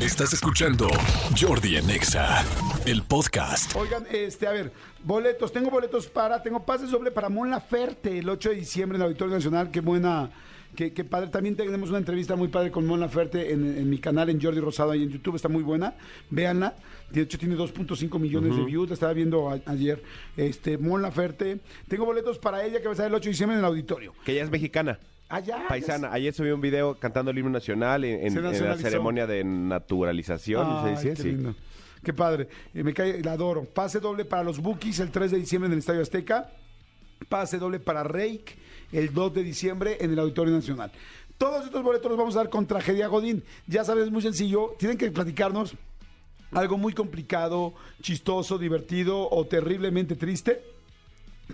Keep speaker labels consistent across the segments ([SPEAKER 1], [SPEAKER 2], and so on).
[SPEAKER 1] Estás escuchando Jordi en Exa, el podcast.
[SPEAKER 2] Oigan, este, a ver, boletos, tengo boletos para, tengo pases doble para Mon Laferte el 8 de diciembre en el Auditorio Nacional, qué buena, qué, qué padre. También tenemos una entrevista muy padre con Mon Laferte en, en mi canal, en Jordi Rosado, ahí en YouTube, está muy buena, véanla. De hecho, tiene 2.5 millones de views, la estaba viendo a- ayer. Este, Mon Laferte, tengo boletos para ella que va a estar el 8 de diciembre en el auditorio.
[SPEAKER 3] Que ella es mexicana,
[SPEAKER 2] Allá.
[SPEAKER 3] paisana. Ayer subí un video cantando el himno nacional en, en-
[SPEAKER 2] Se
[SPEAKER 3] en la
[SPEAKER 2] nacionalizó.
[SPEAKER 3] ceremonia de naturalización.
[SPEAKER 2] Ay,
[SPEAKER 3] ¿se dice?
[SPEAKER 2] qué
[SPEAKER 3] Sí.
[SPEAKER 2] lindo. Qué padre. Eh, me cae, la adoro. Pase doble para los Bookies el 3 de diciembre en el Estadio Azteca. Pase doble para Reik el 2 de diciembre en el Auditorio Nacional. Todos estos boletos los vamos a dar con Tragedia Godín. Ya sabes, es muy sencillo. Tienen que platicarnos algo muy complicado, chistoso, divertido o terriblemente triste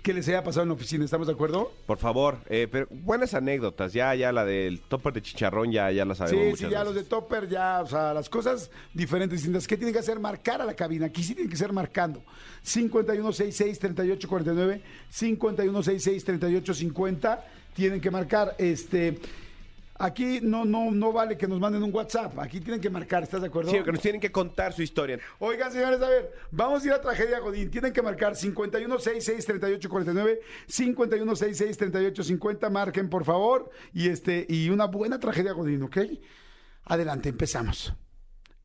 [SPEAKER 2] que les haya pasado en la oficina. ¿Estamos de acuerdo?
[SPEAKER 3] Por favor, eh, pero buenas anécdotas. Ya, ya la del topper de chicharrón, ya, ya la sabemos.
[SPEAKER 2] Sí, sí,
[SPEAKER 3] muchas
[SPEAKER 2] ya los de
[SPEAKER 3] veces.
[SPEAKER 2] Topper, ya, o sea, las cosas diferentes, distintas. ¿Qué tienen que hacer? Marcar a la cabina. Aquí sí tienen que ser marcando. 5166-3849, 5166-3850. Tienen que marcar, este... Aquí no, no, no vale que nos manden un WhatsApp. Aquí tienen que marcar, ¿estás de acuerdo?
[SPEAKER 3] Sí, que nos tienen que contar su historia.
[SPEAKER 2] Oigan, señores, a ver, vamos a ir a Tragedia Godín. Tienen que marcar 5166-3849, 5166-3850. Marquen, por favor. Y, este, y una buena Tragedia Godín, ¿ok? Adelante, empezamos.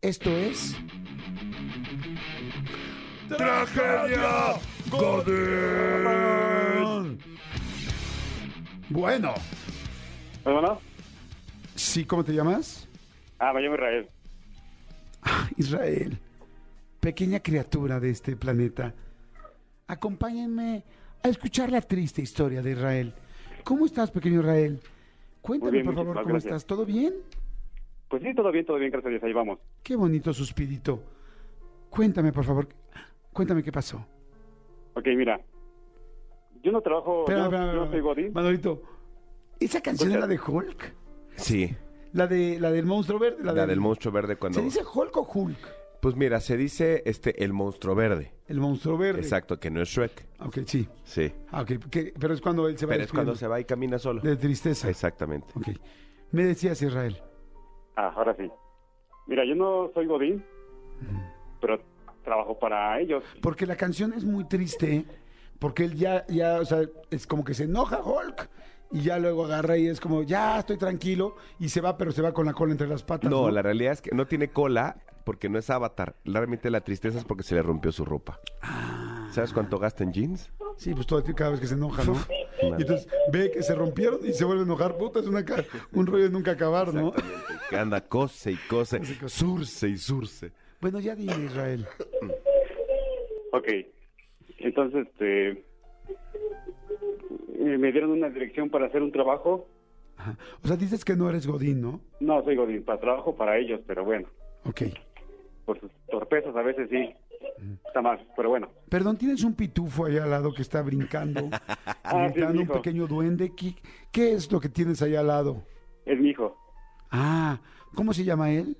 [SPEAKER 2] Esto es... ¡Tragedia Godín! Bueno,
[SPEAKER 4] Bueno,
[SPEAKER 2] sí, ¿cómo te llamas?
[SPEAKER 4] ah, me llamo Israel.
[SPEAKER 2] Israel, pequeña criatura de este planeta, acompáñenme a escuchar la triste historia de Israel. ¿Cómo estás, pequeño Israel? Cuéntame,
[SPEAKER 4] bien,
[SPEAKER 2] por favor,
[SPEAKER 4] muchísimas
[SPEAKER 2] cómo
[SPEAKER 4] gracias.
[SPEAKER 2] estás. ¿Todo bien?
[SPEAKER 4] Pues sí, todo bien, todo bien, gracias a Dios, ahí vamos.
[SPEAKER 2] Qué bonito suspirito. Cuéntame, por favor. Cuéntame qué pasó.
[SPEAKER 4] Ok, mira, yo no trabajo, yo, no- yo no soy Godín.
[SPEAKER 2] Manolito, ¿esa canción es la
[SPEAKER 4] Escucha.
[SPEAKER 2] de Hulk?
[SPEAKER 3] Sí,
[SPEAKER 2] ¿La, de, la del monstruo verde?
[SPEAKER 3] la, del monstruo verde cuando...
[SPEAKER 2] ¿Se dice Hulk o Hulk?
[SPEAKER 3] Pues mira, se dice este el monstruo verde.
[SPEAKER 2] El monstruo verde.
[SPEAKER 3] Exacto, que no es Shrek.
[SPEAKER 2] Ok, sí.
[SPEAKER 3] Sí.
[SPEAKER 2] Ah, ok, que- pero es cuando él se va
[SPEAKER 3] Pero es cuando se
[SPEAKER 2] despidiendo
[SPEAKER 3] va y camina solo.
[SPEAKER 2] De tristeza.
[SPEAKER 3] Exactamente.
[SPEAKER 2] Ok. Me decías, Israel.
[SPEAKER 4] Ah, ahora sí. Mira, yo no soy Godín, pero trabajo para ellos.
[SPEAKER 2] Porque la canción es muy triste, ¿eh? porque él ya, ya, o sea, es como que se enoja Hulk y ya luego agarra y es como, ya estoy tranquilo y se va, pero se va con la cola entre las patas. No,
[SPEAKER 3] No, la realidad es que no tiene cola porque no es avatar. Realmente la tristeza es porque se le rompió su ropa.
[SPEAKER 2] Ah.
[SPEAKER 3] ¿Sabes cuánto gasta en jeans?
[SPEAKER 2] Sí, pues todo el tiempo, cada vez que se enoja, ¿no?
[SPEAKER 3] Claro.
[SPEAKER 2] Y entonces ve que se rompieron y se vuelve a enojar, puta, es una ca- un rollo de nunca acabar, ¿no?
[SPEAKER 3] Que anda cose y cose,
[SPEAKER 2] y cose.
[SPEAKER 3] surce y surce.
[SPEAKER 2] Bueno, ya dime, Israel.
[SPEAKER 4] Ok, entonces, este, eh, me dieron una dirección para hacer un trabajo.
[SPEAKER 2] Ajá. O sea, dices que no eres Godín, ¿no?
[SPEAKER 4] No soy Godín, para trabajo para ellos, pero bueno,
[SPEAKER 2] Ok.
[SPEAKER 4] por sus torpezas a veces sí, está mal, pero bueno.
[SPEAKER 2] Perdón, tienes un pitufo ahí al lado que está brincando,
[SPEAKER 4] sí,
[SPEAKER 2] brincando un
[SPEAKER 4] hijo.
[SPEAKER 2] pequeño duende. ¿Qué, ¿Qué es lo que tienes ahí al lado?
[SPEAKER 4] Es mi hijo,
[SPEAKER 2] Ah, ¿cómo se llama él?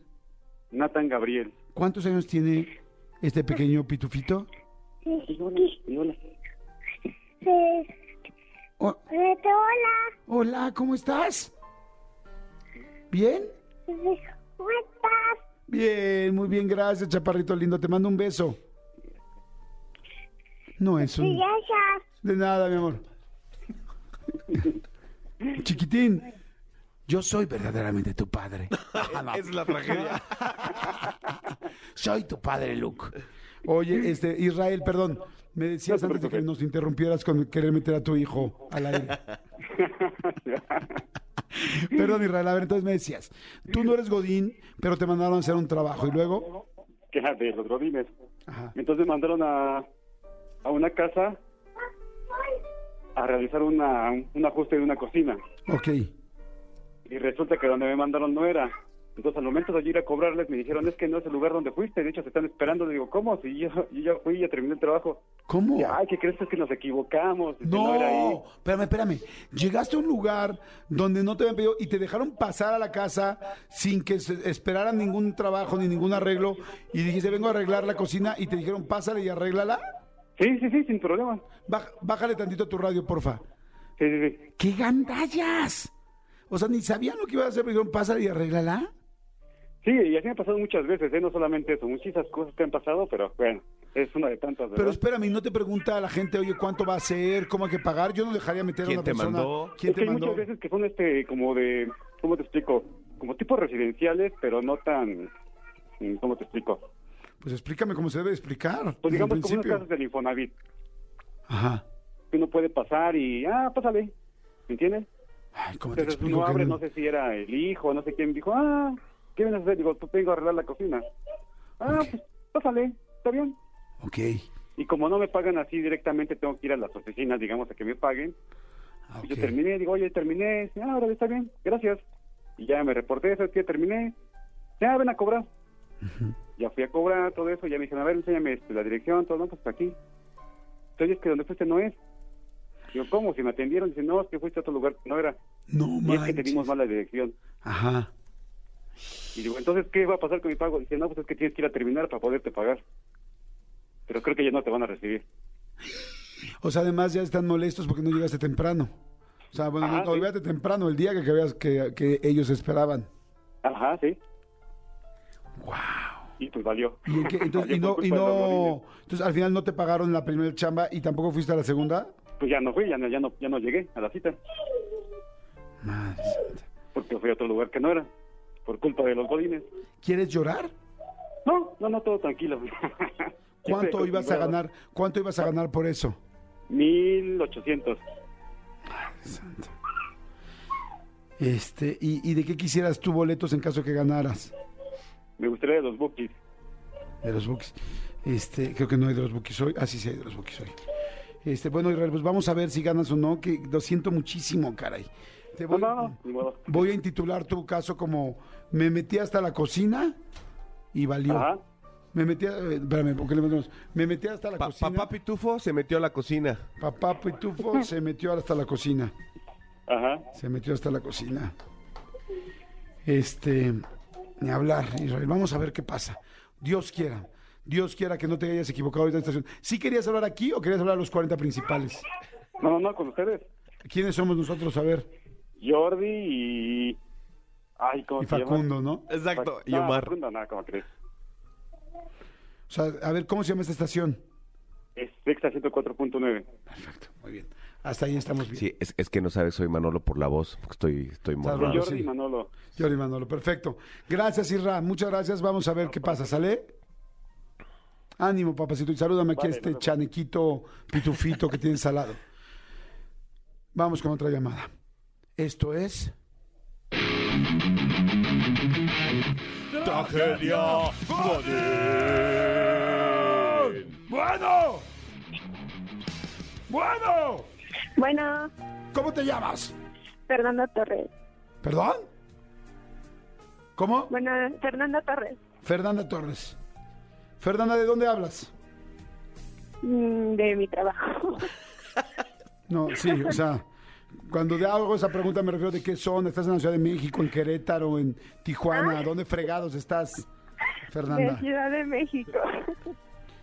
[SPEAKER 4] Nathan Gabriel.
[SPEAKER 2] ¿Cuántos años tiene este pequeño pitufito?
[SPEAKER 4] Y hola, y hola.
[SPEAKER 5] Sí,
[SPEAKER 2] O-
[SPEAKER 5] vete, hola.
[SPEAKER 2] Oh, hola, ¿cómo estás? ¿Bien?
[SPEAKER 5] ¿Cómo estás?
[SPEAKER 2] Bien, muy bien, gracias, chaparrito lindo. Te mando un beso. No es
[SPEAKER 5] Sí,
[SPEAKER 2] un...
[SPEAKER 5] gracias.
[SPEAKER 2] De nada, mi amor. Chiquitín, yo soy verdaderamente tu padre.
[SPEAKER 3] Es la tragedia.
[SPEAKER 2] Soy tu padre, Luke. Oye, este, Israel, perdón. Me decías
[SPEAKER 4] No te
[SPEAKER 2] antes de que
[SPEAKER 4] preocupes.
[SPEAKER 2] nos interrumpieras con querer meter a tu hijo al aire. Perdón, Israel, a ver, entonces me decías, tú no eres Godín, pero te mandaron a hacer un trabajo y luego...
[SPEAKER 4] que era de los godines.
[SPEAKER 2] Ajá.
[SPEAKER 4] Entonces mandaron a, a una casa a realizar una, un ajuste de una cocina.
[SPEAKER 2] Ok.
[SPEAKER 4] Y resulta que donde me mandaron no era. Entonces al momento de yo ir a cobrarles me dijeron, es que no es el lugar donde fuiste, de hecho te están esperando. Le digo, ¿cómo? Si yo, yo ya fui, ya terminé el trabajo.
[SPEAKER 2] ¿Cómo?
[SPEAKER 4] Y, Ay, ¿qué crees? Es que nos equivocamos. Este,
[SPEAKER 2] No,
[SPEAKER 4] era ahí.
[SPEAKER 2] espérame, espérame. Llegaste a un lugar donde no te habían pedido y te dejaron pasar a la casa sin que se- esperaran ningún trabajo ni ningún arreglo y dijiste, vengo a arreglar la cocina y te dijeron, pásale y arréglala.
[SPEAKER 4] Sí, sí, sí, sin problema.
[SPEAKER 2] Baj- bájale tantito a tu radio, porfa.
[SPEAKER 4] Sí, sí, sí.
[SPEAKER 2] ¡Qué gandallas! O sea, ni sabían lo que iba a hacer, pero dijeron, pásale y arréglala.
[SPEAKER 4] Sí, y así me ha pasado muchas veces, ¿eh? no solamente eso, muchísimas cosas que han pasado, pero bueno, es una de tantas. ¿verdad?
[SPEAKER 2] Pero espérame, ¿no te pregunta a la gente, oye, cuánto va a ser, cómo hay que pagar? Yo no dejaría meter
[SPEAKER 3] ¿Quién
[SPEAKER 2] a una
[SPEAKER 3] te
[SPEAKER 2] persona.
[SPEAKER 3] mandó?
[SPEAKER 2] ¿Quién te
[SPEAKER 4] es que hay
[SPEAKER 2] mandó?
[SPEAKER 4] muchas veces que son este como de, ¿cómo te explico? Como tipos residenciales, pero no tan, mm, ¿cómo te explico?
[SPEAKER 2] Pues explícame cómo se debe explicar.
[SPEAKER 4] Pues
[SPEAKER 2] desde el
[SPEAKER 4] digamos como unas
[SPEAKER 2] principio.
[SPEAKER 4] casas del Infonavit,
[SPEAKER 2] Ajá.
[SPEAKER 4] que uno puede pasar y, ah, pásale, ¿me entiendes?
[SPEAKER 2] Ay, ¿cómo te
[SPEAKER 4] Entonces
[SPEAKER 2] explico
[SPEAKER 4] uno
[SPEAKER 2] que
[SPEAKER 4] abre,
[SPEAKER 2] no?
[SPEAKER 4] no sé si era el hijo, no sé quién, dijo, ah, ¿qué vienes a hacer? Digo, pues vengo a arreglar la cocina. Ah,
[SPEAKER 2] Ok.
[SPEAKER 4] pues pásale, está bien.
[SPEAKER 2] Ok.
[SPEAKER 4] Y como no me pagan así directamente, tengo que ir a las oficinas, digamos, a que me paguen.
[SPEAKER 2] ah,
[SPEAKER 4] Yo
[SPEAKER 2] ok.
[SPEAKER 4] terminé, digo, oye, terminé. Dice, Ah, ahora está bien, gracias. Y ya me reporté eso, que terminé. Ya, ven a cobrar. Ya fui a cobrar todo eso, ya me dijeron, a ver, enséñame este, la dirección, todo, no, pues aquí. Entonces, que donde fuiste no es. Digo, ¿cómo? Si me atendieron, dicen, no, es que fuiste a otro lugar, que no era.
[SPEAKER 2] No
[SPEAKER 4] Y es que te dimos
[SPEAKER 2] manches.
[SPEAKER 4] mala dirección.
[SPEAKER 2] Ajá.
[SPEAKER 4] Y digo, entonces, ¿qué va a pasar con mi pago? Dice, no, pues es que tienes que ir a terminar para poderte pagar. Pero creo que ya no te van a recibir.
[SPEAKER 2] O sea, además ya están molestos porque no llegaste temprano. O sea, bueno,
[SPEAKER 4] Ah,
[SPEAKER 2] no,
[SPEAKER 4] sí.
[SPEAKER 2] olvídate temprano, el día que, que veas que, que ellos esperaban.
[SPEAKER 4] Ajá, sí.
[SPEAKER 2] ¡Wow!
[SPEAKER 4] Y pues valió.
[SPEAKER 2] ¿Y, en qué- entonces,
[SPEAKER 4] Valió
[SPEAKER 2] y no, y
[SPEAKER 4] por culpa de los
[SPEAKER 2] no,
[SPEAKER 4] godines.
[SPEAKER 2] entonces al final no te pagaron la primera chamba y tampoco fuiste a la segunda.
[SPEAKER 4] Pues ya no fui, ya no, ya no, ya no llegué a la cita,
[SPEAKER 2] Madre santa.
[SPEAKER 4] porque fui a otro lugar que no era, por culpa de los godines.
[SPEAKER 2] ¿Quieres llorar?
[SPEAKER 4] No, no, no, todo tranquilo.
[SPEAKER 2] ¿Cuánto ibas a ganar? ¿Cuánto ibas a ganar por eso?
[SPEAKER 4] 1800.
[SPEAKER 2] Santo. Este, ¿y, y de qué quisieras tú boletos en caso que ganaras?
[SPEAKER 4] Me gustaría de los bookies.
[SPEAKER 2] De los Bookies. Este, creo que no hay de los Bookies hoy. Ah, sí, sí hay de los Bookies hoy. Este, bueno, Israel, pues vamos a ver si ganas o no, que lo siento muchísimo, caray. Te
[SPEAKER 4] No,
[SPEAKER 2] voy,
[SPEAKER 4] no, no, ni modo.
[SPEAKER 2] voy a intitular tu caso como me metí hasta la cocina y valió.
[SPEAKER 4] Ajá.
[SPEAKER 2] Me metí, a- eh, espérame, porque le metemos. Me metí hasta la
[SPEAKER 3] Pa-
[SPEAKER 2] cocina.
[SPEAKER 3] papá Pitufo se metió a la cocina.
[SPEAKER 2] Papá Pitufo se metió hasta la cocina.
[SPEAKER 4] Ajá.
[SPEAKER 2] Se metió hasta la cocina. Este, ni hablar, Israel. Vamos a ver qué pasa. Dios quiera. Dios quiera que no te hayas equivocado ahorita en esta estación. ¿Sí querías hablar aquí o querías hablar a los 40 principales?
[SPEAKER 4] No, no, no, con ustedes.
[SPEAKER 2] ¿Quiénes somos nosotros? A ver.
[SPEAKER 4] Jordi y. Ay, ¿cómo
[SPEAKER 2] Y
[SPEAKER 4] se llama?
[SPEAKER 2] Facundo, ¿no? O
[SPEAKER 3] Exacto.
[SPEAKER 4] Fac-
[SPEAKER 3] Y
[SPEAKER 4] no,
[SPEAKER 3] Omar.
[SPEAKER 4] Facundo, no, ¿cómo crees?
[SPEAKER 2] sea, a ver, ¿cómo se llama esta estación?
[SPEAKER 4] Es sexta 104.9.
[SPEAKER 2] Perfecto, muy bien. Hasta ahí estamos bien.
[SPEAKER 3] Sí, es, es que no sabes, soy Manolo por la voz. porque Estoy, estoy
[SPEAKER 2] Está
[SPEAKER 3] morrado.
[SPEAKER 2] rollo.
[SPEAKER 4] Jordi
[SPEAKER 2] Ah, sí.
[SPEAKER 4] y Manolo.
[SPEAKER 2] Jordi Manolo, perfecto. Gracias, Irra. Muchas gracias. Vamos a ver qué pasa. ¿Sale? Ánimo, papacito. Y salúdame aquí
[SPEAKER 4] Vale,
[SPEAKER 2] a este
[SPEAKER 4] nos vemos.
[SPEAKER 2] chanequito pitufito que tienes al lado. Vamos con otra llamada. Esto es. ¡Bueno! ¡Bueno!
[SPEAKER 6] Bueno,
[SPEAKER 2] ¿Cómo te llamas?
[SPEAKER 6] Fernanda Torres.
[SPEAKER 2] ¿Perdón? ¿Cómo?
[SPEAKER 6] Bueno, Fernanda Torres,
[SPEAKER 2] Fernanda Torres. Fernanda, ¿de dónde hablas?
[SPEAKER 6] mm, de mi trabajo.
[SPEAKER 2] No, sí, o sea, cuando de- hago esa pregunta me refiero de qué zona, ¿estás en la Ciudad de México, en Querétaro, en Tijuana? ¿Dónde fregados estás,
[SPEAKER 6] De
[SPEAKER 2] Fernanda?
[SPEAKER 6] Ciudad de México.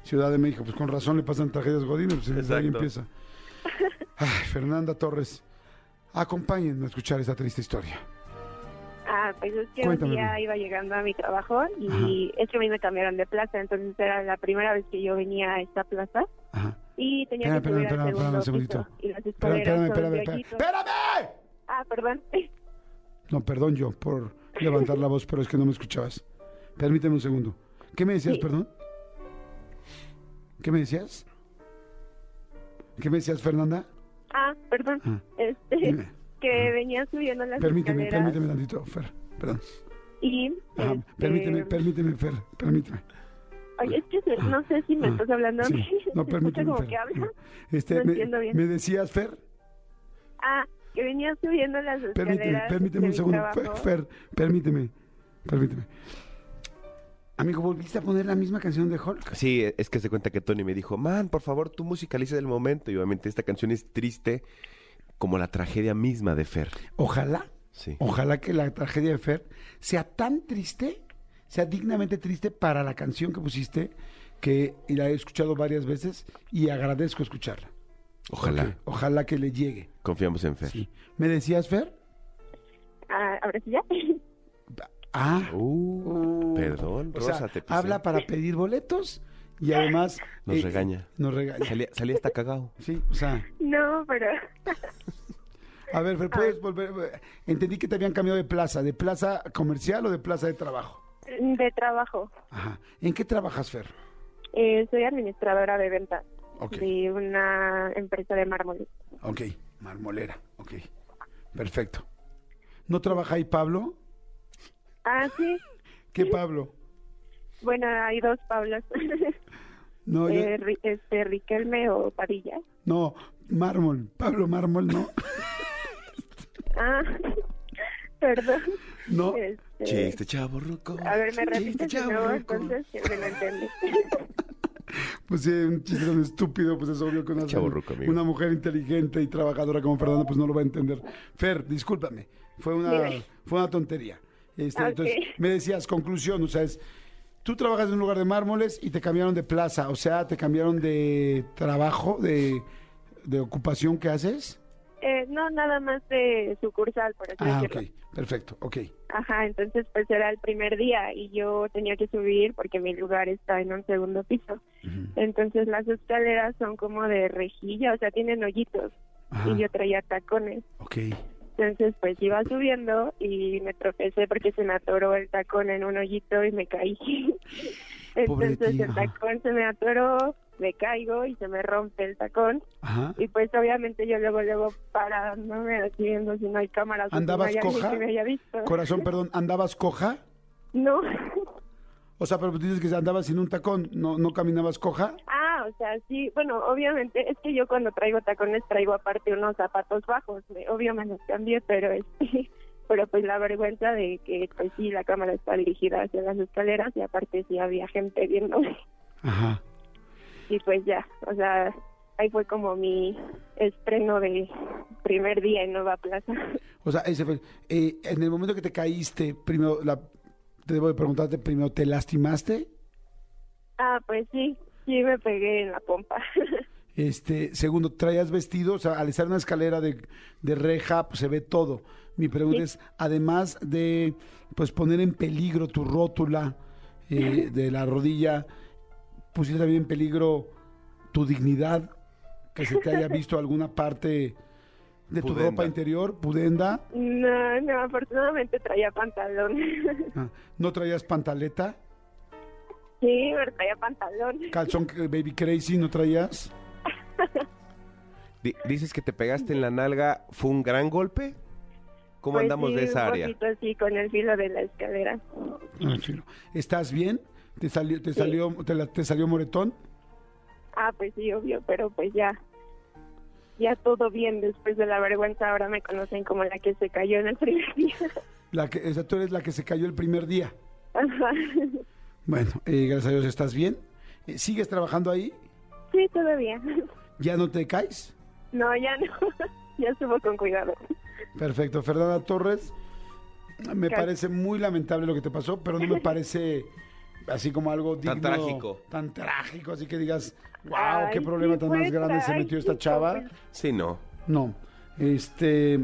[SPEAKER 2] Ciudad de México, pues con razón le pasan tragedias Godines, pues desde ahí
[SPEAKER 3] Exacto.
[SPEAKER 2] empieza. Ay, Fernanda Torres, acompáñenme a escuchar esta triste historia.
[SPEAKER 6] Ah, pues es que
[SPEAKER 2] Cuéntame,
[SPEAKER 6] un día
[SPEAKER 2] Ruth.
[SPEAKER 6] iba llegando a mi trabajo y es que a mí me cambiaron de plaza, entonces era la primera vez que yo venía a esta plaza
[SPEAKER 2] Ajá.
[SPEAKER 6] y tenía que
[SPEAKER 2] Espérame,
[SPEAKER 6] subir
[SPEAKER 2] espérame, espérame,
[SPEAKER 6] al segundo
[SPEAKER 2] un segundito.
[SPEAKER 6] piso, y las
[SPEAKER 2] Espérame, espérame,
[SPEAKER 6] escaleras son de
[SPEAKER 2] espérame, espérame.
[SPEAKER 6] hoyitos.
[SPEAKER 2] ¡Espérame!
[SPEAKER 6] Ah, perdón.
[SPEAKER 2] No, perdón yo por levantar la voz, pero es que no me escuchabas. Permíteme un segundo. ¿Qué me decías,
[SPEAKER 6] Sí.
[SPEAKER 2] perdón? ¿Qué me decías? ¿Qué me decías, Fernanda?
[SPEAKER 6] Ah, perdón.
[SPEAKER 2] Ah,
[SPEAKER 6] Este,
[SPEAKER 2] dime.
[SPEAKER 6] que venía subiendo las
[SPEAKER 2] Permíteme,
[SPEAKER 6] escaleras
[SPEAKER 2] permíteme tantito, Fer. Perdón.
[SPEAKER 6] y
[SPEAKER 2] Ajá,
[SPEAKER 6] este,
[SPEAKER 2] Permíteme, permíteme, Fer. Permíteme.
[SPEAKER 6] Oye, es que se- no sé si me estás hablando a
[SPEAKER 2] Sí,
[SPEAKER 6] mí.
[SPEAKER 2] No,
[SPEAKER 6] Se escucha
[SPEAKER 2] permíteme,
[SPEAKER 6] como
[SPEAKER 2] Fer.
[SPEAKER 6] que habla.
[SPEAKER 2] Este,
[SPEAKER 6] No
[SPEAKER 2] me,
[SPEAKER 6] entiendo bien.
[SPEAKER 2] me decías, Fer.
[SPEAKER 6] Ah, que venía subiendo las escaleras.
[SPEAKER 2] Permíteme, permíteme
[SPEAKER 6] de
[SPEAKER 2] un
[SPEAKER 6] mi
[SPEAKER 2] segundo.
[SPEAKER 6] trabajo.
[SPEAKER 2] Fer, Fer, permíteme. Permíteme. Amigo, ¿volviste a poner la misma canción de Hulk?
[SPEAKER 3] Sí, es que se cuenta que Tony me dijo, man, por favor, tú musicaliza el momento. Y obviamente esta canción es triste como la tragedia misma de Fer.
[SPEAKER 2] Ojalá
[SPEAKER 3] Sí.
[SPEAKER 2] Ojalá que la tragedia de Fer sea tan triste, sea dignamente triste para la canción que pusiste, que y la he escuchado varias veces y agradezco escucharla.
[SPEAKER 3] Ojalá.
[SPEAKER 2] Porque Ojalá que le llegue.
[SPEAKER 3] Confiamos en Fer.
[SPEAKER 2] Sí. ¿Me decías, Fer?
[SPEAKER 6] Ah, ahora sí ya.
[SPEAKER 2] Ah.
[SPEAKER 3] Uh,
[SPEAKER 2] Uh.
[SPEAKER 3] perdón,
[SPEAKER 2] O
[SPEAKER 3] Rosa,
[SPEAKER 2] sea,
[SPEAKER 3] te pisé.
[SPEAKER 2] habla para pedir boletos y además... eh,
[SPEAKER 3] Nos regaña.
[SPEAKER 2] Nos regaña.
[SPEAKER 3] Salía, salía hasta cagado.
[SPEAKER 2] Sí, o sea...
[SPEAKER 6] No, pero
[SPEAKER 2] A ver, Fer,
[SPEAKER 6] Ah.
[SPEAKER 2] puedes volver. eh, Entendí que te habían cambiado de plaza, de plaza comercial o de plaza de trabajo.
[SPEAKER 6] de trabajo.
[SPEAKER 2] Ajá. ¿En qué trabajas, Fer?
[SPEAKER 6] Eh, soy administradora de ventas
[SPEAKER 2] Ok.
[SPEAKER 6] de una empresa de mármol.
[SPEAKER 2] Ok, marmolera. Ok, perfecto. ¿No trabaja ahí Pablo?
[SPEAKER 6] Ah, sí.
[SPEAKER 2] ¿Qué Pablo?
[SPEAKER 6] Bueno, hay dos Pablos.
[SPEAKER 2] No, yo-
[SPEAKER 6] Eh, Ri- este, Riquelme o Padilla.
[SPEAKER 2] no, mármol. Pablo Mármol, no.
[SPEAKER 6] Ah, perdón.
[SPEAKER 2] No.
[SPEAKER 6] Este,
[SPEAKER 3] Chiste, chavo, ruco.
[SPEAKER 6] A ver, me repites de
[SPEAKER 2] chavo,
[SPEAKER 6] nuevo,
[SPEAKER 2] loco.
[SPEAKER 6] entonces, que me lo entendí.
[SPEAKER 2] Pues sí, un chiste tan estúpido, pues es obvio que una,
[SPEAKER 3] Chavorruco, amigo.
[SPEAKER 2] una mujer inteligente y trabajadora como Fernanda, pues no lo va a entender. Fer, discúlpame, fue una,
[SPEAKER 6] Dime.
[SPEAKER 2] fue una tontería. Este,
[SPEAKER 6] Ok.
[SPEAKER 2] Entonces, me decías, conclusión, o sea, es, tú trabajas en un lugar de mármoles y te cambiaron de plaza, o sea, te cambiaron de trabajo, de, de ocupación que haces.
[SPEAKER 6] Eh, no, nada más de sucursal, por así
[SPEAKER 2] Ah,
[SPEAKER 6] decirlo.
[SPEAKER 2] ok, perfecto, ok.
[SPEAKER 6] Ajá, entonces pues era el primer día y yo tenía que subir porque mi lugar está en un segundo piso. Entonces las escaleras son como de rejilla, o sea, tienen hoyitos
[SPEAKER 2] Ajá,
[SPEAKER 6] y yo traía tacones.
[SPEAKER 2] ok.
[SPEAKER 6] Entonces pues iba subiendo y me tropecé porque se me atoró el tacón en un hoyito y me caí.
[SPEAKER 2] Pobre de ti,
[SPEAKER 6] entonces el
[SPEAKER 2] ajá.
[SPEAKER 6] tacón se me atoró, me caigo y se me rompe el tacón.
[SPEAKER 2] Ajá.
[SPEAKER 6] Y pues obviamente yo luego, luego parándome, así viendo si no hay cámaras. o si no
[SPEAKER 2] ¿Andabas
[SPEAKER 6] hay alguien
[SPEAKER 2] coja?
[SPEAKER 6] que me haya visto.
[SPEAKER 2] Corazón, perdón, ¿andabas coja?
[SPEAKER 6] No.
[SPEAKER 2] O sea, pero pues dices que andabas sin un tacón, ¿no, no caminabas coja?
[SPEAKER 6] Ah, o sea, sí. Bueno, obviamente es que yo cuando traigo tacones traigo aparte unos zapatos bajos. Me- Obvio me los cambié, pero este, pero pues la vergüenza de que pues sí la cámara está dirigida hacia las escaleras y aparte sí había gente viéndome
[SPEAKER 2] Ajá.
[SPEAKER 6] y pues ya, o sea, ahí fue como mi estreno de primer día en Nueva Plaza.
[SPEAKER 2] O sea, ese fue- eh, en el momento que te caíste, primero, la, te debo de preguntarte primero, ¿te lastimaste?
[SPEAKER 6] Ah, pues sí, sí me pegué en la pompa.
[SPEAKER 2] Este, segundo, ¿traías vestido? O sea, al estar en una escalera de, de reja, pues se ve todo. Mi pregunta
[SPEAKER 6] Sí.
[SPEAKER 2] es, además de pues poner en peligro tu rótula eh, de la rodilla, ¿pusiste también en peligro tu dignidad? Que se te haya visto alguna parte de tu
[SPEAKER 3] Pudenda.
[SPEAKER 2] ropa interior, pudenda.
[SPEAKER 6] No, no, afortunadamente traía pantalón.
[SPEAKER 2] Ah, ¿No traías pantaleta?
[SPEAKER 6] Sí, me traía pantalón.
[SPEAKER 2] ¿Calzón eh, baby crazy no traías?
[SPEAKER 3] Di- Dices que te pegaste en la nalga, ¿fue un gran golpe? ¿Cómo
[SPEAKER 6] Pues
[SPEAKER 3] andamos
[SPEAKER 6] sí,
[SPEAKER 3] de esa
[SPEAKER 6] un
[SPEAKER 3] área?
[SPEAKER 6] Poquito, sí, con el filo de la escalera.
[SPEAKER 2] Ah, chilo. ¿Estás bien? ¿Te salió, te salió, te, la- te salió moretón?
[SPEAKER 6] Ah, pues sí, obvio, pero pues ya. Ya todo bien después de la vergüenza. Ahora me conocen como la que se cayó en el primer día.
[SPEAKER 2] La que, o sea, tú eres la que se cayó el primer día.
[SPEAKER 6] Ajá.
[SPEAKER 2] Bueno, eh, gracias a Dios estás bien. Eh, ¿Sigues trabajando ahí?
[SPEAKER 6] Sí, todavía.
[SPEAKER 2] ¿Ya no te caes?
[SPEAKER 6] No, ya no. Ya estuvo con cuidado.
[SPEAKER 2] Perfecto. Fernanda Torres, me
[SPEAKER 6] Gracias.
[SPEAKER 2] parece muy lamentable lo que te pasó, pero no me parece así como algo digno.
[SPEAKER 3] Tan trágico.
[SPEAKER 2] Tan trágico, así que digas, wow,
[SPEAKER 6] Ay,
[SPEAKER 2] qué problema
[SPEAKER 6] sí,
[SPEAKER 2] tan
[SPEAKER 6] fue
[SPEAKER 2] más grande se metió esta
[SPEAKER 6] trágico,
[SPEAKER 2] chava.
[SPEAKER 6] pues.
[SPEAKER 3] Sí, no.
[SPEAKER 2] No, este...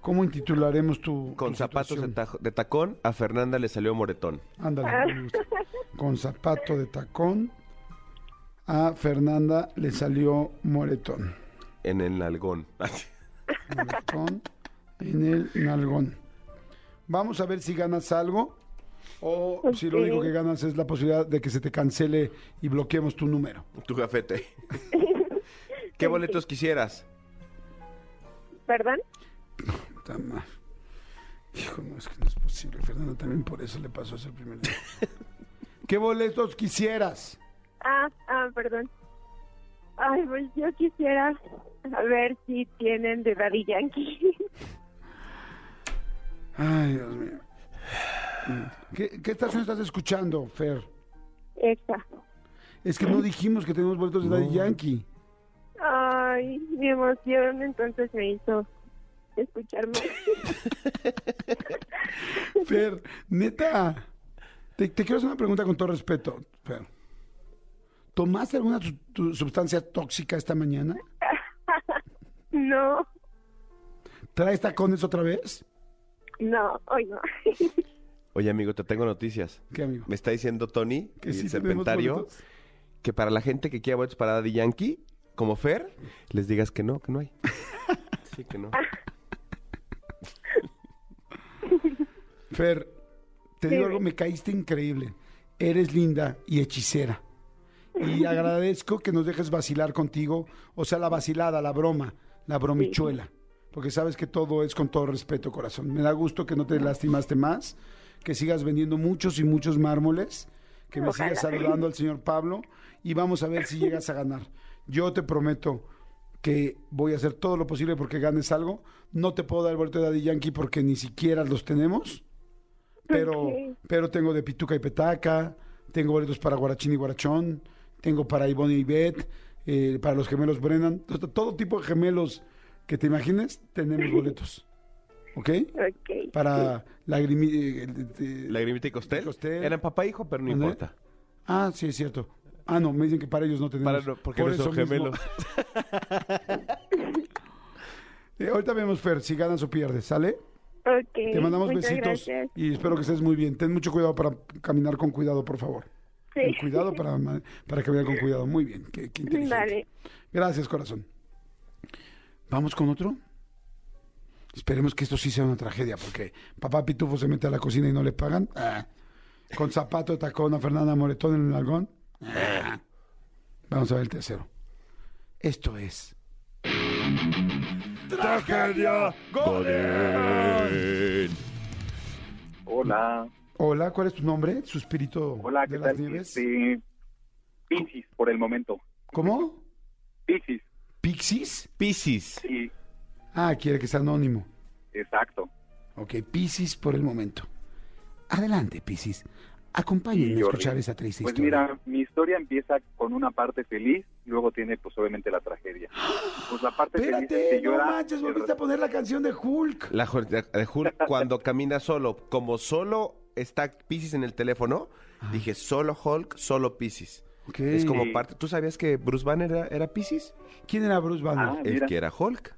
[SPEAKER 2] ¿Cómo intitularemos tu
[SPEAKER 3] Con
[SPEAKER 2] tu
[SPEAKER 3] zapatos de,
[SPEAKER 2] situación?
[SPEAKER 3] tajo- de tacón, a Fernanda le salió moretón.
[SPEAKER 2] Ándale, me gusta. Con zapato de tacón. A Fernanda le salió moretón.
[SPEAKER 3] En el nalgón.
[SPEAKER 2] Moretón en el nalgón. Vamos a ver si ganas algo o si lo
[SPEAKER 6] Ok.
[SPEAKER 2] único que ganas es la posibilidad de que se te cancele y bloqueemos tu número.
[SPEAKER 3] tu gafete. ¿Qué boletos quisieras?
[SPEAKER 6] ¿Perdón?
[SPEAKER 2] Puta madre. Hijo, no, es que no es posible. Fernanda también por eso le pasó ese primer día. ¿Qué boletos quisieras?
[SPEAKER 6] Ah, ah, perdón. Ay, pues yo quisiera a ver si tienen de Daddy Yankee.
[SPEAKER 2] Ay, Dios mío. Mm. ¿Qué, qué estación estás escuchando, Fer?
[SPEAKER 6] Esta.
[SPEAKER 2] Es que no dijimos que tenemos boletos de Daddy Yankee.
[SPEAKER 6] Ay, mi emoción entonces me hizo escucharme.
[SPEAKER 2] Fer, neta, te, te quiero hacer una pregunta con todo respeto, Fer. ¿Tomaste alguna su- tu- sustancia tóxica esta mañana?
[SPEAKER 6] No,
[SPEAKER 2] ¿Traes tacones otra vez?
[SPEAKER 6] no, hoy no.
[SPEAKER 3] Oye, amigo, te tengo noticias.
[SPEAKER 2] ¿Qué, amigo?
[SPEAKER 3] Me está diciendo Tony,
[SPEAKER 2] Que
[SPEAKER 3] el
[SPEAKER 2] sí tenemos
[SPEAKER 3] serpentario,
[SPEAKER 2] boletos.
[SPEAKER 3] que para la gente que quiera boletos para Daddy Yankee, como Fer, les digas que no, que no hay. Sí, que no.
[SPEAKER 2] Fer, te digo algo, me caíste increíble. Eres linda y hechicera. Y agradezco que nos dejes vacilar contigo. O sea, la vacilada, la broma, la bromichuela. Porque sabes que todo es con todo respeto, corazón. Me da gusto que no te lastimaste más, que sigas vendiendo muchos y muchos mármoles, que me
[SPEAKER 6] Ojalá.
[SPEAKER 2] sigas saludando al señor Pablo y vamos a ver si llegas a ganar. Yo te prometo que voy a hacer todo lo posible porque ganes algo. No te puedo dar el boleto de Daddy Yankee porque ni siquiera los tenemos pero,
[SPEAKER 6] Ok.
[SPEAKER 2] pero tengo de Pituca y Petaca, tengo boletos para Guarachín y Guarachón, tengo para Ivonne y Ivette, eh, para los gemelos Brennan, to- todo tipo de gemelos que te imagines, tenemos boletos. ¿Ok?
[SPEAKER 6] Ok.
[SPEAKER 2] Para lagrimi... eh, eh, eh,
[SPEAKER 3] Lagrimita y Costel.
[SPEAKER 2] Y Costel.
[SPEAKER 3] Eran papá e hijo, pero no
[SPEAKER 2] ¿Dónde?
[SPEAKER 3] importa.
[SPEAKER 2] Ah, sí, es cierto. Ah, no, me dicen que para ellos no tenemos.
[SPEAKER 3] Para, porque
[SPEAKER 2] Por
[SPEAKER 3] no son
[SPEAKER 2] eso mismo.
[SPEAKER 3] gemelos.
[SPEAKER 2] Eh, ahorita vemos, Fer, si ganas o pierdes, ¿sale?
[SPEAKER 6] Ok.
[SPEAKER 2] Te mandamos
[SPEAKER 6] muchas
[SPEAKER 2] besitos
[SPEAKER 6] Gracias.
[SPEAKER 2] y espero que estés muy bien. Ten mucho cuidado para caminar con cuidado, por favor.
[SPEAKER 6] Sí.
[SPEAKER 2] Ten cuidado para, ma- para que vayan con cuidado. Muy bien, qué, qué inteligente.
[SPEAKER 6] Vale.
[SPEAKER 2] Gracias, corazón. ¿Vamos con otro? Esperemos que esto sí sea una tragedia, porque papá Pitufo se mete a la cocina y no le pagan. Ah. Con zapato de tacón a Fernanda Moretón en el algón. Ah. Vamos a ver el tercero. Esto es... ¡Tragedia
[SPEAKER 7] Hola.
[SPEAKER 2] Hola, ¿cuál es tu nombre? Suspirito
[SPEAKER 7] Hola, ¿qué
[SPEAKER 2] de las
[SPEAKER 7] tal?
[SPEAKER 2] Nieves.
[SPEAKER 7] Sí. este, Piscis, por el momento.
[SPEAKER 2] ¿Cómo?
[SPEAKER 7] Piscis,
[SPEAKER 2] ¿Pixis?
[SPEAKER 3] Piscis.
[SPEAKER 7] sí,
[SPEAKER 2] Ah, quiere que sea anónimo.
[SPEAKER 7] exacto.
[SPEAKER 2] Ok, Piscis por el momento. Adelante, Piscis. Acompáñenme
[SPEAKER 7] Sí,
[SPEAKER 2] a
[SPEAKER 7] Jordi.
[SPEAKER 2] escuchar esa triste
[SPEAKER 7] Pues
[SPEAKER 2] historia.
[SPEAKER 7] mira, mi historia empieza con una parte feliz, luego tiene pues obviamente la tragedia. Pues la parte feliz es
[SPEAKER 2] Espérate,
[SPEAKER 7] que yo
[SPEAKER 2] no
[SPEAKER 7] era...
[SPEAKER 2] manches, volviste a poner la canción de Hulk.
[SPEAKER 3] La jor- de- de Hulk, cuando camina solo, como solo está Pisces en el teléfono, dije solo Hulk, solo Pisces.
[SPEAKER 2] Ok.
[SPEAKER 3] Es como
[SPEAKER 7] Sí.
[SPEAKER 3] parte. ¿Tú sabías que Bruce Banner era, era Pisces?
[SPEAKER 2] ¿Quién era Bruce Banner?
[SPEAKER 7] Ah,
[SPEAKER 3] El
[SPEAKER 7] mira.
[SPEAKER 3] que era Hulk.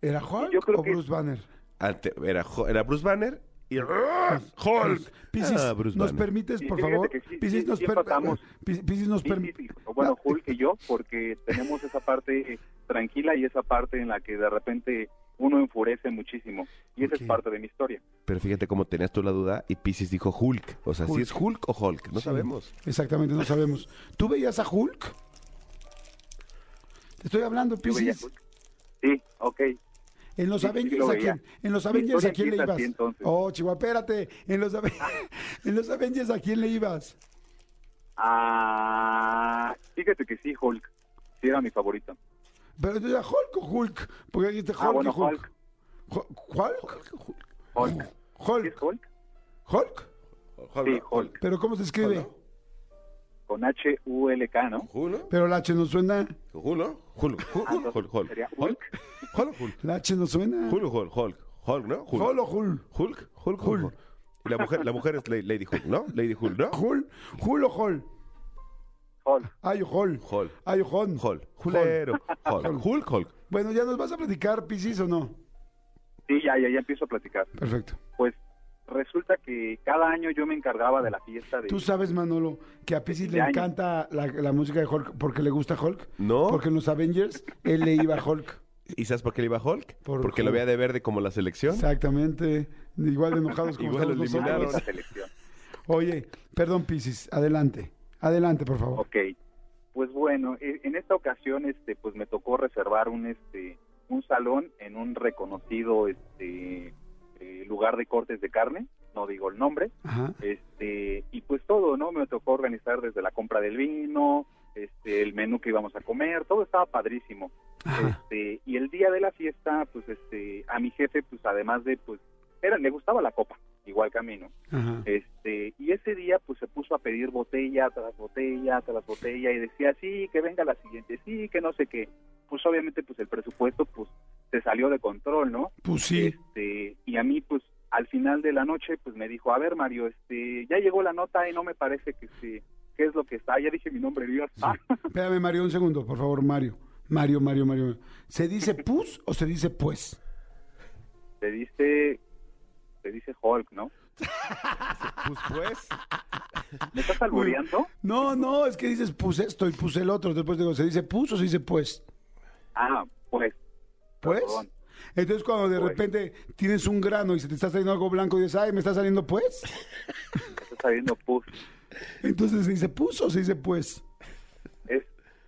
[SPEAKER 2] ¿Era Hulk
[SPEAKER 7] Yo creo
[SPEAKER 2] o
[SPEAKER 7] que-
[SPEAKER 2] Bruce Banner?
[SPEAKER 3] Ante- era, Ho- era Bruce Banner y Hulk.
[SPEAKER 2] Pues, Piscis,
[SPEAKER 3] Ah, Bruce
[SPEAKER 2] ¿nos
[SPEAKER 3] Banner.
[SPEAKER 2] permites,
[SPEAKER 7] Ah, Sí,
[SPEAKER 2] por
[SPEAKER 7] fíjate
[SPEAKER 2] favor?
[SPEAKER 7] que sí,
[SPEAKER 2] Piscis,
[SPEAKER 7] sí,
[SPEAKER 2] nos
[SPEAKER 7] sí
[SPEAKER 2] per-
[SPEAKER 7] empatamos.
[SPEAKER 2] Pis- Piscis, nos
[SPEAKER 7] Sí, sí,
[SPEAKER 2] permites.
[SPEAKER 7] sí. O Bueno, Hulk y yo, porque tenemos esa parte tranquila y esa parte en la que de repente uno enfurece muchísimo. Y esa
[SPEAKER 2] Ok.
[SPEAKER 7] es parte de mi historia.
[SPEAKER 3] Pero fíjate cómo tenías tú la duda y Pisces dijo Hulk. O sea, si
[SPEAKER 2] Hulk.
[SPEAKER 3] es Hulk o Hulk, no sabemos.
[SPEAKER 2] Exactamente, no sabemos. ¿Tú veías a Hulk? Te estoy hablando,
[SPEAKER 7] Yo veía
[SPEAKER 2] Piscis.
[SPEAKER 7] Hulk. Sí, ok.
[SPEAKER 2] En los
[SPEAKER 7] Sí, sí,
[SPEAKER 2] Avengers
[SPEAKER 7] lo
[SPEAKER 2] a
[SPEAKER 7] veía.
[SPEAKER 2] quién? En los
[SPEAKER 7] Mi
[SPEAKER 2] Avengers
[SPEAKER 7] historia
[SPEAKER 2] a quién le
[SPEAKER 7] empieza
[SPEAKER 2] ibas?
[SPEAKER 7] así, entonces.
[SPEAKER 2] oh, Chihuahua, espérate. En los, Aven- en los Avengers a quién le ibas?
[SPEAKER 7] Ah, fíjate que sí, Hulk. Sí, era mi favorito.
[SPEAKER 2] Pero entonces, ¿a Hulk o Hulk? Porque dijiste Hulk
[SPEAKER 7] ah, bueno,
[SPEAKER 2] y Hulk.
[SPEAKER 7] Hulk.
[SPEAKER 2] Ju- ¿Hulk?
[SPEAKER 7] Hulk. ¿Sí
[SPEAKER 2] Hulk.
[SPEAKER 7] es Hulk?
[SPEAKER 2] Hulk.
[SPEAKER 7] Sí, Hulk.
[SPEAKER 2] Pero ¿cómo se escribe?
[SPEAKER 7] Con H-U-L-K, ¿no?
[SPEAKER 3] ¿Hulk?
[SPEAKER 2] Pero la H no suena.
[SPEAKER 3] ¿Hulk? ¿Hulk?
[SPEAKER 2] Ah,
[SPEAKER 3] ¿Hulk? ¿Hulk? ¿Hulk?
[SPEAKER 7] Sería
[SPEAKER 3] ¿Hulk?
[SPEAKER 7] Hulk.
[SPEAKER 3] ¿Hulk? ¿Hulk?
[SPEAKER 2] La H no suena.
[SPEAKER 3] Hulk, Hulk, Hulk, Hulk, ¿no?
[SPEAKER 2] Hulk o Hulk.
[SPEAKER 3] Hulk, Hulk, Hulk. Hulk. Y la mujer, la mujer es la- Lady Hulk, ¿no? Lady Hulk, ¿no?
[SPEAKER 2] Hulk. Hulk o Hulk.
[SPEAKER 7] Hulk.
[SPEAKER 2] Ay, Hulk.
[SPEAKER 3] Hulk.
[SPEAKER 2] Ay, Hulk.
[SPEAKER 3] Hulk. Hulero. Hulk. Hulk, Hulk.
[SPEAKER 2] Bueno, ¿ya nos vas a platicar, Piscis, o no?
[SPEAKER 7] Sí, ya, ya, ya empiezo a platicar.
[SPEAKER 2] Perfecto.
[SPEAKER 7] Pues resulta que cada año yo me encargaba de la fiesta de...
[SPEAKER 2] Tú sabes, Manolo, que a Pisces le
[SPEAKER 7] Años.
[SPEAKER 2] encanta la, la música de Hulk porque le gusta Hulk.
[SPEAKER 3] No.
[SPEAKER 2] Porque en los Avengers él le iba a Hulk.
[SPEAKER 3] ¿Y sabes por qué le iba a Hulk?
[SPEAKER 2] Por
[SPEAKER 3] Porque
[SPEAKER 2] Hulk.
[SPEAKER 3] lo veía de verde como la selección.
[SPEAKER 2] Exactamente. Igual de enojados como
[SPEAKER 3] Igual lo
[SPEAKER 2] estamos
[SPEAKER 7] Ah,
[SPEAKER 3] eliminaron.
[SPEAKER 2] nosotros.
[SPEAKER 7] esa selección.
[SPEAKER 2] Oye, perdón, Pisces, adelante. Adelante, por favor.
[SPEAKER 7] Ok. Pues bueno, e- en esta ocasión este pues me tocó reservar un este un salón en un reconocido este eh, lugar de cortes de carne, no digo el nombre,
[SPEAKER 2] Ajá.
[SPEAKER 7] este y pues todo, ¿no? Me tocó organizar desde la compra del vino, este el menú que íbamos a comer, todo estaba padrísimo.
[SPEAKER 2] Ajá.
[SPEAKER 7] Este, y el día de la fiesta, pues este a mi jefe pues además de pues era le gustaba la copa, igual camino.
[SPEAKER 2] Ajá.
[SPEAKER 7] Este, y ese día pues se puso a pedir botella tras botella tras botella y decía, sí, que venga la siguiente, sí, que no sé qué. Pues obviamente pues el presupuesto pues se salió de control, ¿no?
[SPEAKER 2] Pues sí.
[SPEAKER 7] Este, y a mí pues al final de la noche pues me dijo, a ver Mario, este, ya llegó la nota y no me parece que este, qué es lo que está, ya dije mi nombre, Dios. Ah,
[SPEAKER 2] Espérame, Mario, un segundo, por favor, Mario. Mario, Mario, Mario. ¿Se dice pus o se dice pues?
[SPEAKER 7] te dice, te dice Hulk, ¿no?
[SPEAKER 3] Pues pues,
[SPEAKER 7] ¿Me estás albureando?
[SPEAKER 2] No, no, es que dices puse esto y puse el otro. Después digo, ¿se dice puso o se dice pues?
[SPEAKER 7] Ah, pues.
[SPEAKER 2] Pues.
[SPEAKER 7] Perdón.
[SPEAKER 2] Entonces cuando de
[SPEAKER 7] Pues.
[SPEAKER 2] repente tienes un grano y se te está saliendo algo blanco y dices, ay, me está saliendo pues.
[SPEAKER 7] Me está saliendo pus.
[SPEAKER 2] Entonces se dice puso o se dice pues.
[SPEAKER 7] Es,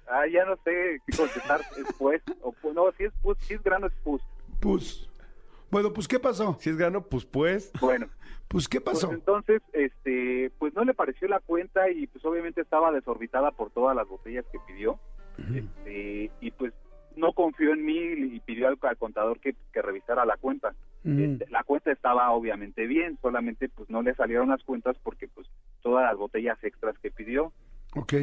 [SPEAKER 7] ah, ya no sé qué contestar. ¿Es pues o pu- No, si es pus, si es grano es pus.
[SPEAKER 2] Pues. Bueno, pues ¿qué pasó?
[SPEAKER 3] si es grano, pues pues.
[SPEAKER 7] Bueno,
[SPEAKER 2] Pues ¿qué
[SPEAKER 7] pues
[SPEAKER 2] pasó?
[SPEAKER 7] entonces, este, pues no le pareció la cuenta y pues obviamente estaba desorbitada por todas las botellas que pidió. Este, y pues no confió en mí y pidió al, al contador que, que revisara la cuenta.
[SPEAKER 2] Ujú.
[SPEAKER 7] Este, la cuenta estaba obviamente bien, solamente pues no le salieron las cuentas porque pues todas las botellas extras que pidió.
[SPEAKER 2] Ok.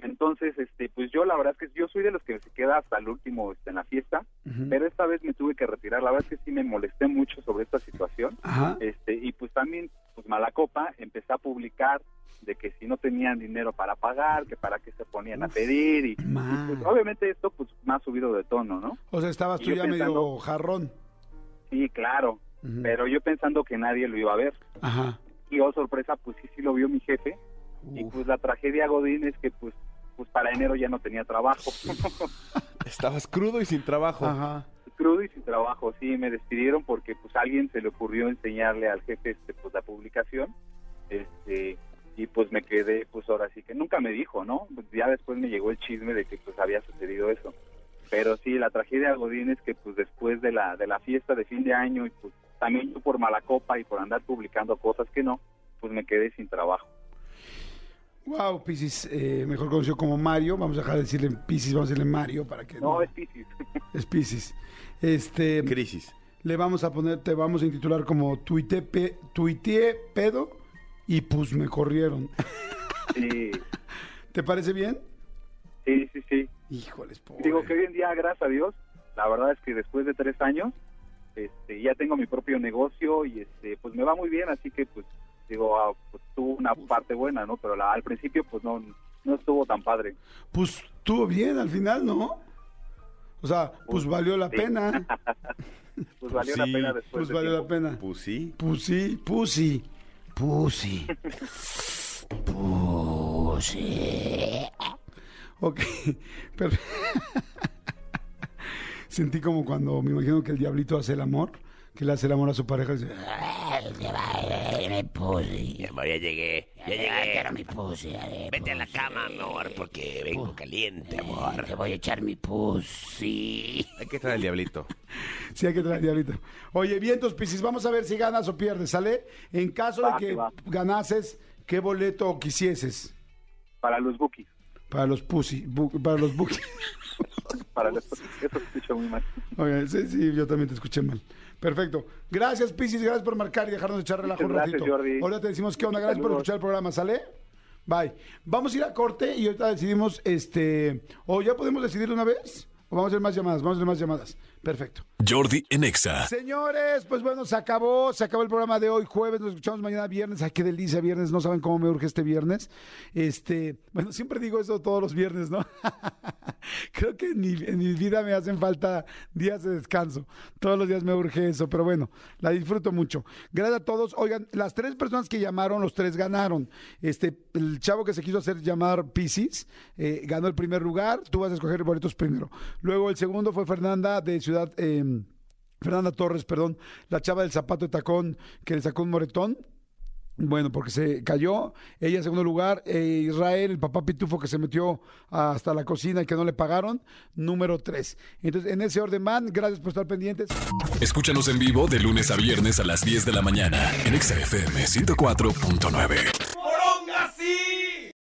[SPEAKER 7] Entonces, este, pues yo la verdad es que yo soy de los que se queda hasta el último este, en la fiesta,
[SPEAKER 2] Ujú.
[SPEAKER 7] pero esta vez me tuve que retirar. La verdad es que sí me molesté mucho sobre esta situación.
[SPEAKER 2] Ajá.
[SPEAKER 7] Este, y pues también, pues mala copa, empecé a publicar de que si no tenían dinero para pagar, que para qué se ponían a pedir. Y,
[SPEAKER 2] Ma.
[SPEAKER 7] pues, obviamente esto pues más subido de tono, ¿no?
[SPEAKER 2] O sea, estabas
[SPEAKER 7] y
[SPEAKER 2] tú
[SPEAKER 7] yo
[SPEAKER 2] ya medio
[SPEAKER 7] pensando-
[SPEAKER 2] jarrón.
[SPEAKER 7] Sí, claro,
[SPEAKER 2] Ujú.
[SPEAKER 7] pero yo pensando que nadie lo iba a ver.
[SPEAKER 2] Ajá.
[SPEAKER 7] Y oh sorpresa, pues sí, sí lo vio mi jefe. Y
[SPEAKER 2] Uf.
[SPEAKER 7] pues la tragedia Godín es que pues, pues para enero ya no tenía trabajo.
[SPEAKER 3] Estabas crudo y sin trabajo.
[SPEAKER 2] Ajá.
[SPEAKER 7] crudo y sin trabajo, sí, me despidieron porque pues a alguien se le ocurrió enseñarle al jefe este, pues la publicación, este, y pues me quedé, pues ahora sí que nunca me dijo, ¿no? Pues, ya después me llegó el chisme de que pues había sucedido eso. Pero sí, la tragedia de Godín es que pues después de la, de la fiesta de fin de año y pues también yo por mala copa y por andar publicando cosas que no, pues me quedé sin trabajo.
[SPEAKER 2] Wow, Piscis, eh, mejor conocido como Mario. Vamos a dejar de decirle Piscis, vamos a decirle Mario para que
[SPEAKER 7] No, es difícil.
[SPEAKER 2] es Piscis. Este,
[SPEAKER 3] Crisis.
[SPEAKER 2] le vamos a poner, te vamos a intitular como tuite pe- tuiteé pedo y pues me corrieron.
[SPEAKER 7] Sí,
[SPEAKER 2] ¿Te parece bien?
[SPEAKER 7] sí, sí, sí.
[SPEAKER 2] Híjoles, pobre.
[SPEAKER 7] Digo que hoy en día, gracias a Dios, la verdad es que después de tres años, este, ya tengo mi propio negocio y este, pues me va muy bien, así que pues digo, ah, pues, tuvo una parte buena, ¿no? Pero la- al principio pues no, no estuvo tan padre.
[SPEAKER 2] Pues estuvo bien al final, ¿no? O sea, pues
[SPEAKER 7] Pues,
[SPEAKER 2] valió la
[SPEAKER 7] sí.
[SPEAKER 2] pena.
[SPEAKER 7] Pues valió
[SPEAKER 3] sí,
[SPEAKER 7] la pena después.
[SPEAKER 2] Pues
[SPEAKER 7] de
[SPEAKER 2] valió la
[SPEAKER 7] tiempo.
[SPEAKER 2] pena.
[SPEAKER 3] Pues sí.
[SPEAKER 2] Pues sí, pues sí, pues sí. Pues sí. Ok, pero... Sentí como cuando me imagino que el diablito hace el amor, que le hace el amor a su pareja y dice, "Ah,
[SPEAKER 8] Mi amor, ya llegué. Ya llegué. Quiero mi pus. Vete a la cama, amor, porque vengo caliente, amor. Eh, Te voy a echar mi pus. Sí.
[SPEAKER 3] Hay que estar el diablito.
[SPEAKER 2] Sí, hay que traer diablito. Oye, vientos, Piscis, vamos a ver si ganas o pierdes, ¿sale? En caso de
[SPEAKER 7] Va,
[SPEAKER 2] que
[SPEAKER 7] que va.
[SPEAKER 2] ganases, ¿qué boleto quisieses?
[SPEAKER 7] Para los bookies.
[SPEAKER 2] Para los pussy, bu- para los buques.
[SPEAKER 7] Para los, eso se escucha muy mal.
[SPEAKER 2] Oye, sí, sí, yo también te escuché mal. Perfecto. Gracias, Piscis, gracias por marcar y dejarnos echar relajo un
[SPEAKER 7] Muchas gracias,
[SPEAKER 2] ratito.
[SPEAKER 7] Jordi.
[SPEAKER 2] Ahora te decimos qué onda, gracias por
[SPEAKER 7] Saludos.
[SPEAKER 2] escuchar el programa, ¿sale? Bye. Vamos a ir a corte y ahorita decidimos, este, o ya podemos decidir de una vez, o vamos a hacer más llamadas, vamos a hacer más llamadas. Perfecto.
[SPEAKER 1] Jordi en Exa.
[SPEAKER 2] Señores, pues bueno, se acabó, se acabó el programa de hoy, jueves, nos escuchamos mañana viernes, ay, qué delicia viernes, no saben cómo me urge este viernes. Este, bueno, siempre digo eso todos los viernes, ¿no? Creo que en mi, en mi vida me hacen falta días de descanso, todos los días me urge eso, pero bueno, la disfruto mucho. Gracias a todos, oigan, las tres personas que llamaron, los tres ganaron. Este, el chavo que se quiso hacer llamar Piscis, eh, ganó el primer lugar, tú vas a escoger boletos primero. Luego el segundo fue Fernanda de Ciudad... em, Fernanda Torres, perdón, la chava del zapato de tacón que le sacó un moretón. Bueno, porque se cayó. Ella en segundo lugar. eh, Israel, el papá pitufo que se metió hasta la cocina y que no le pagaron. Número tres. Entonces, en ese orden van. Gracias por estar pendientes.
[SPEAKER 1] Escúchanos en vivo de lunes a viernes a las 10 de la mañana en Exa FM 104.9.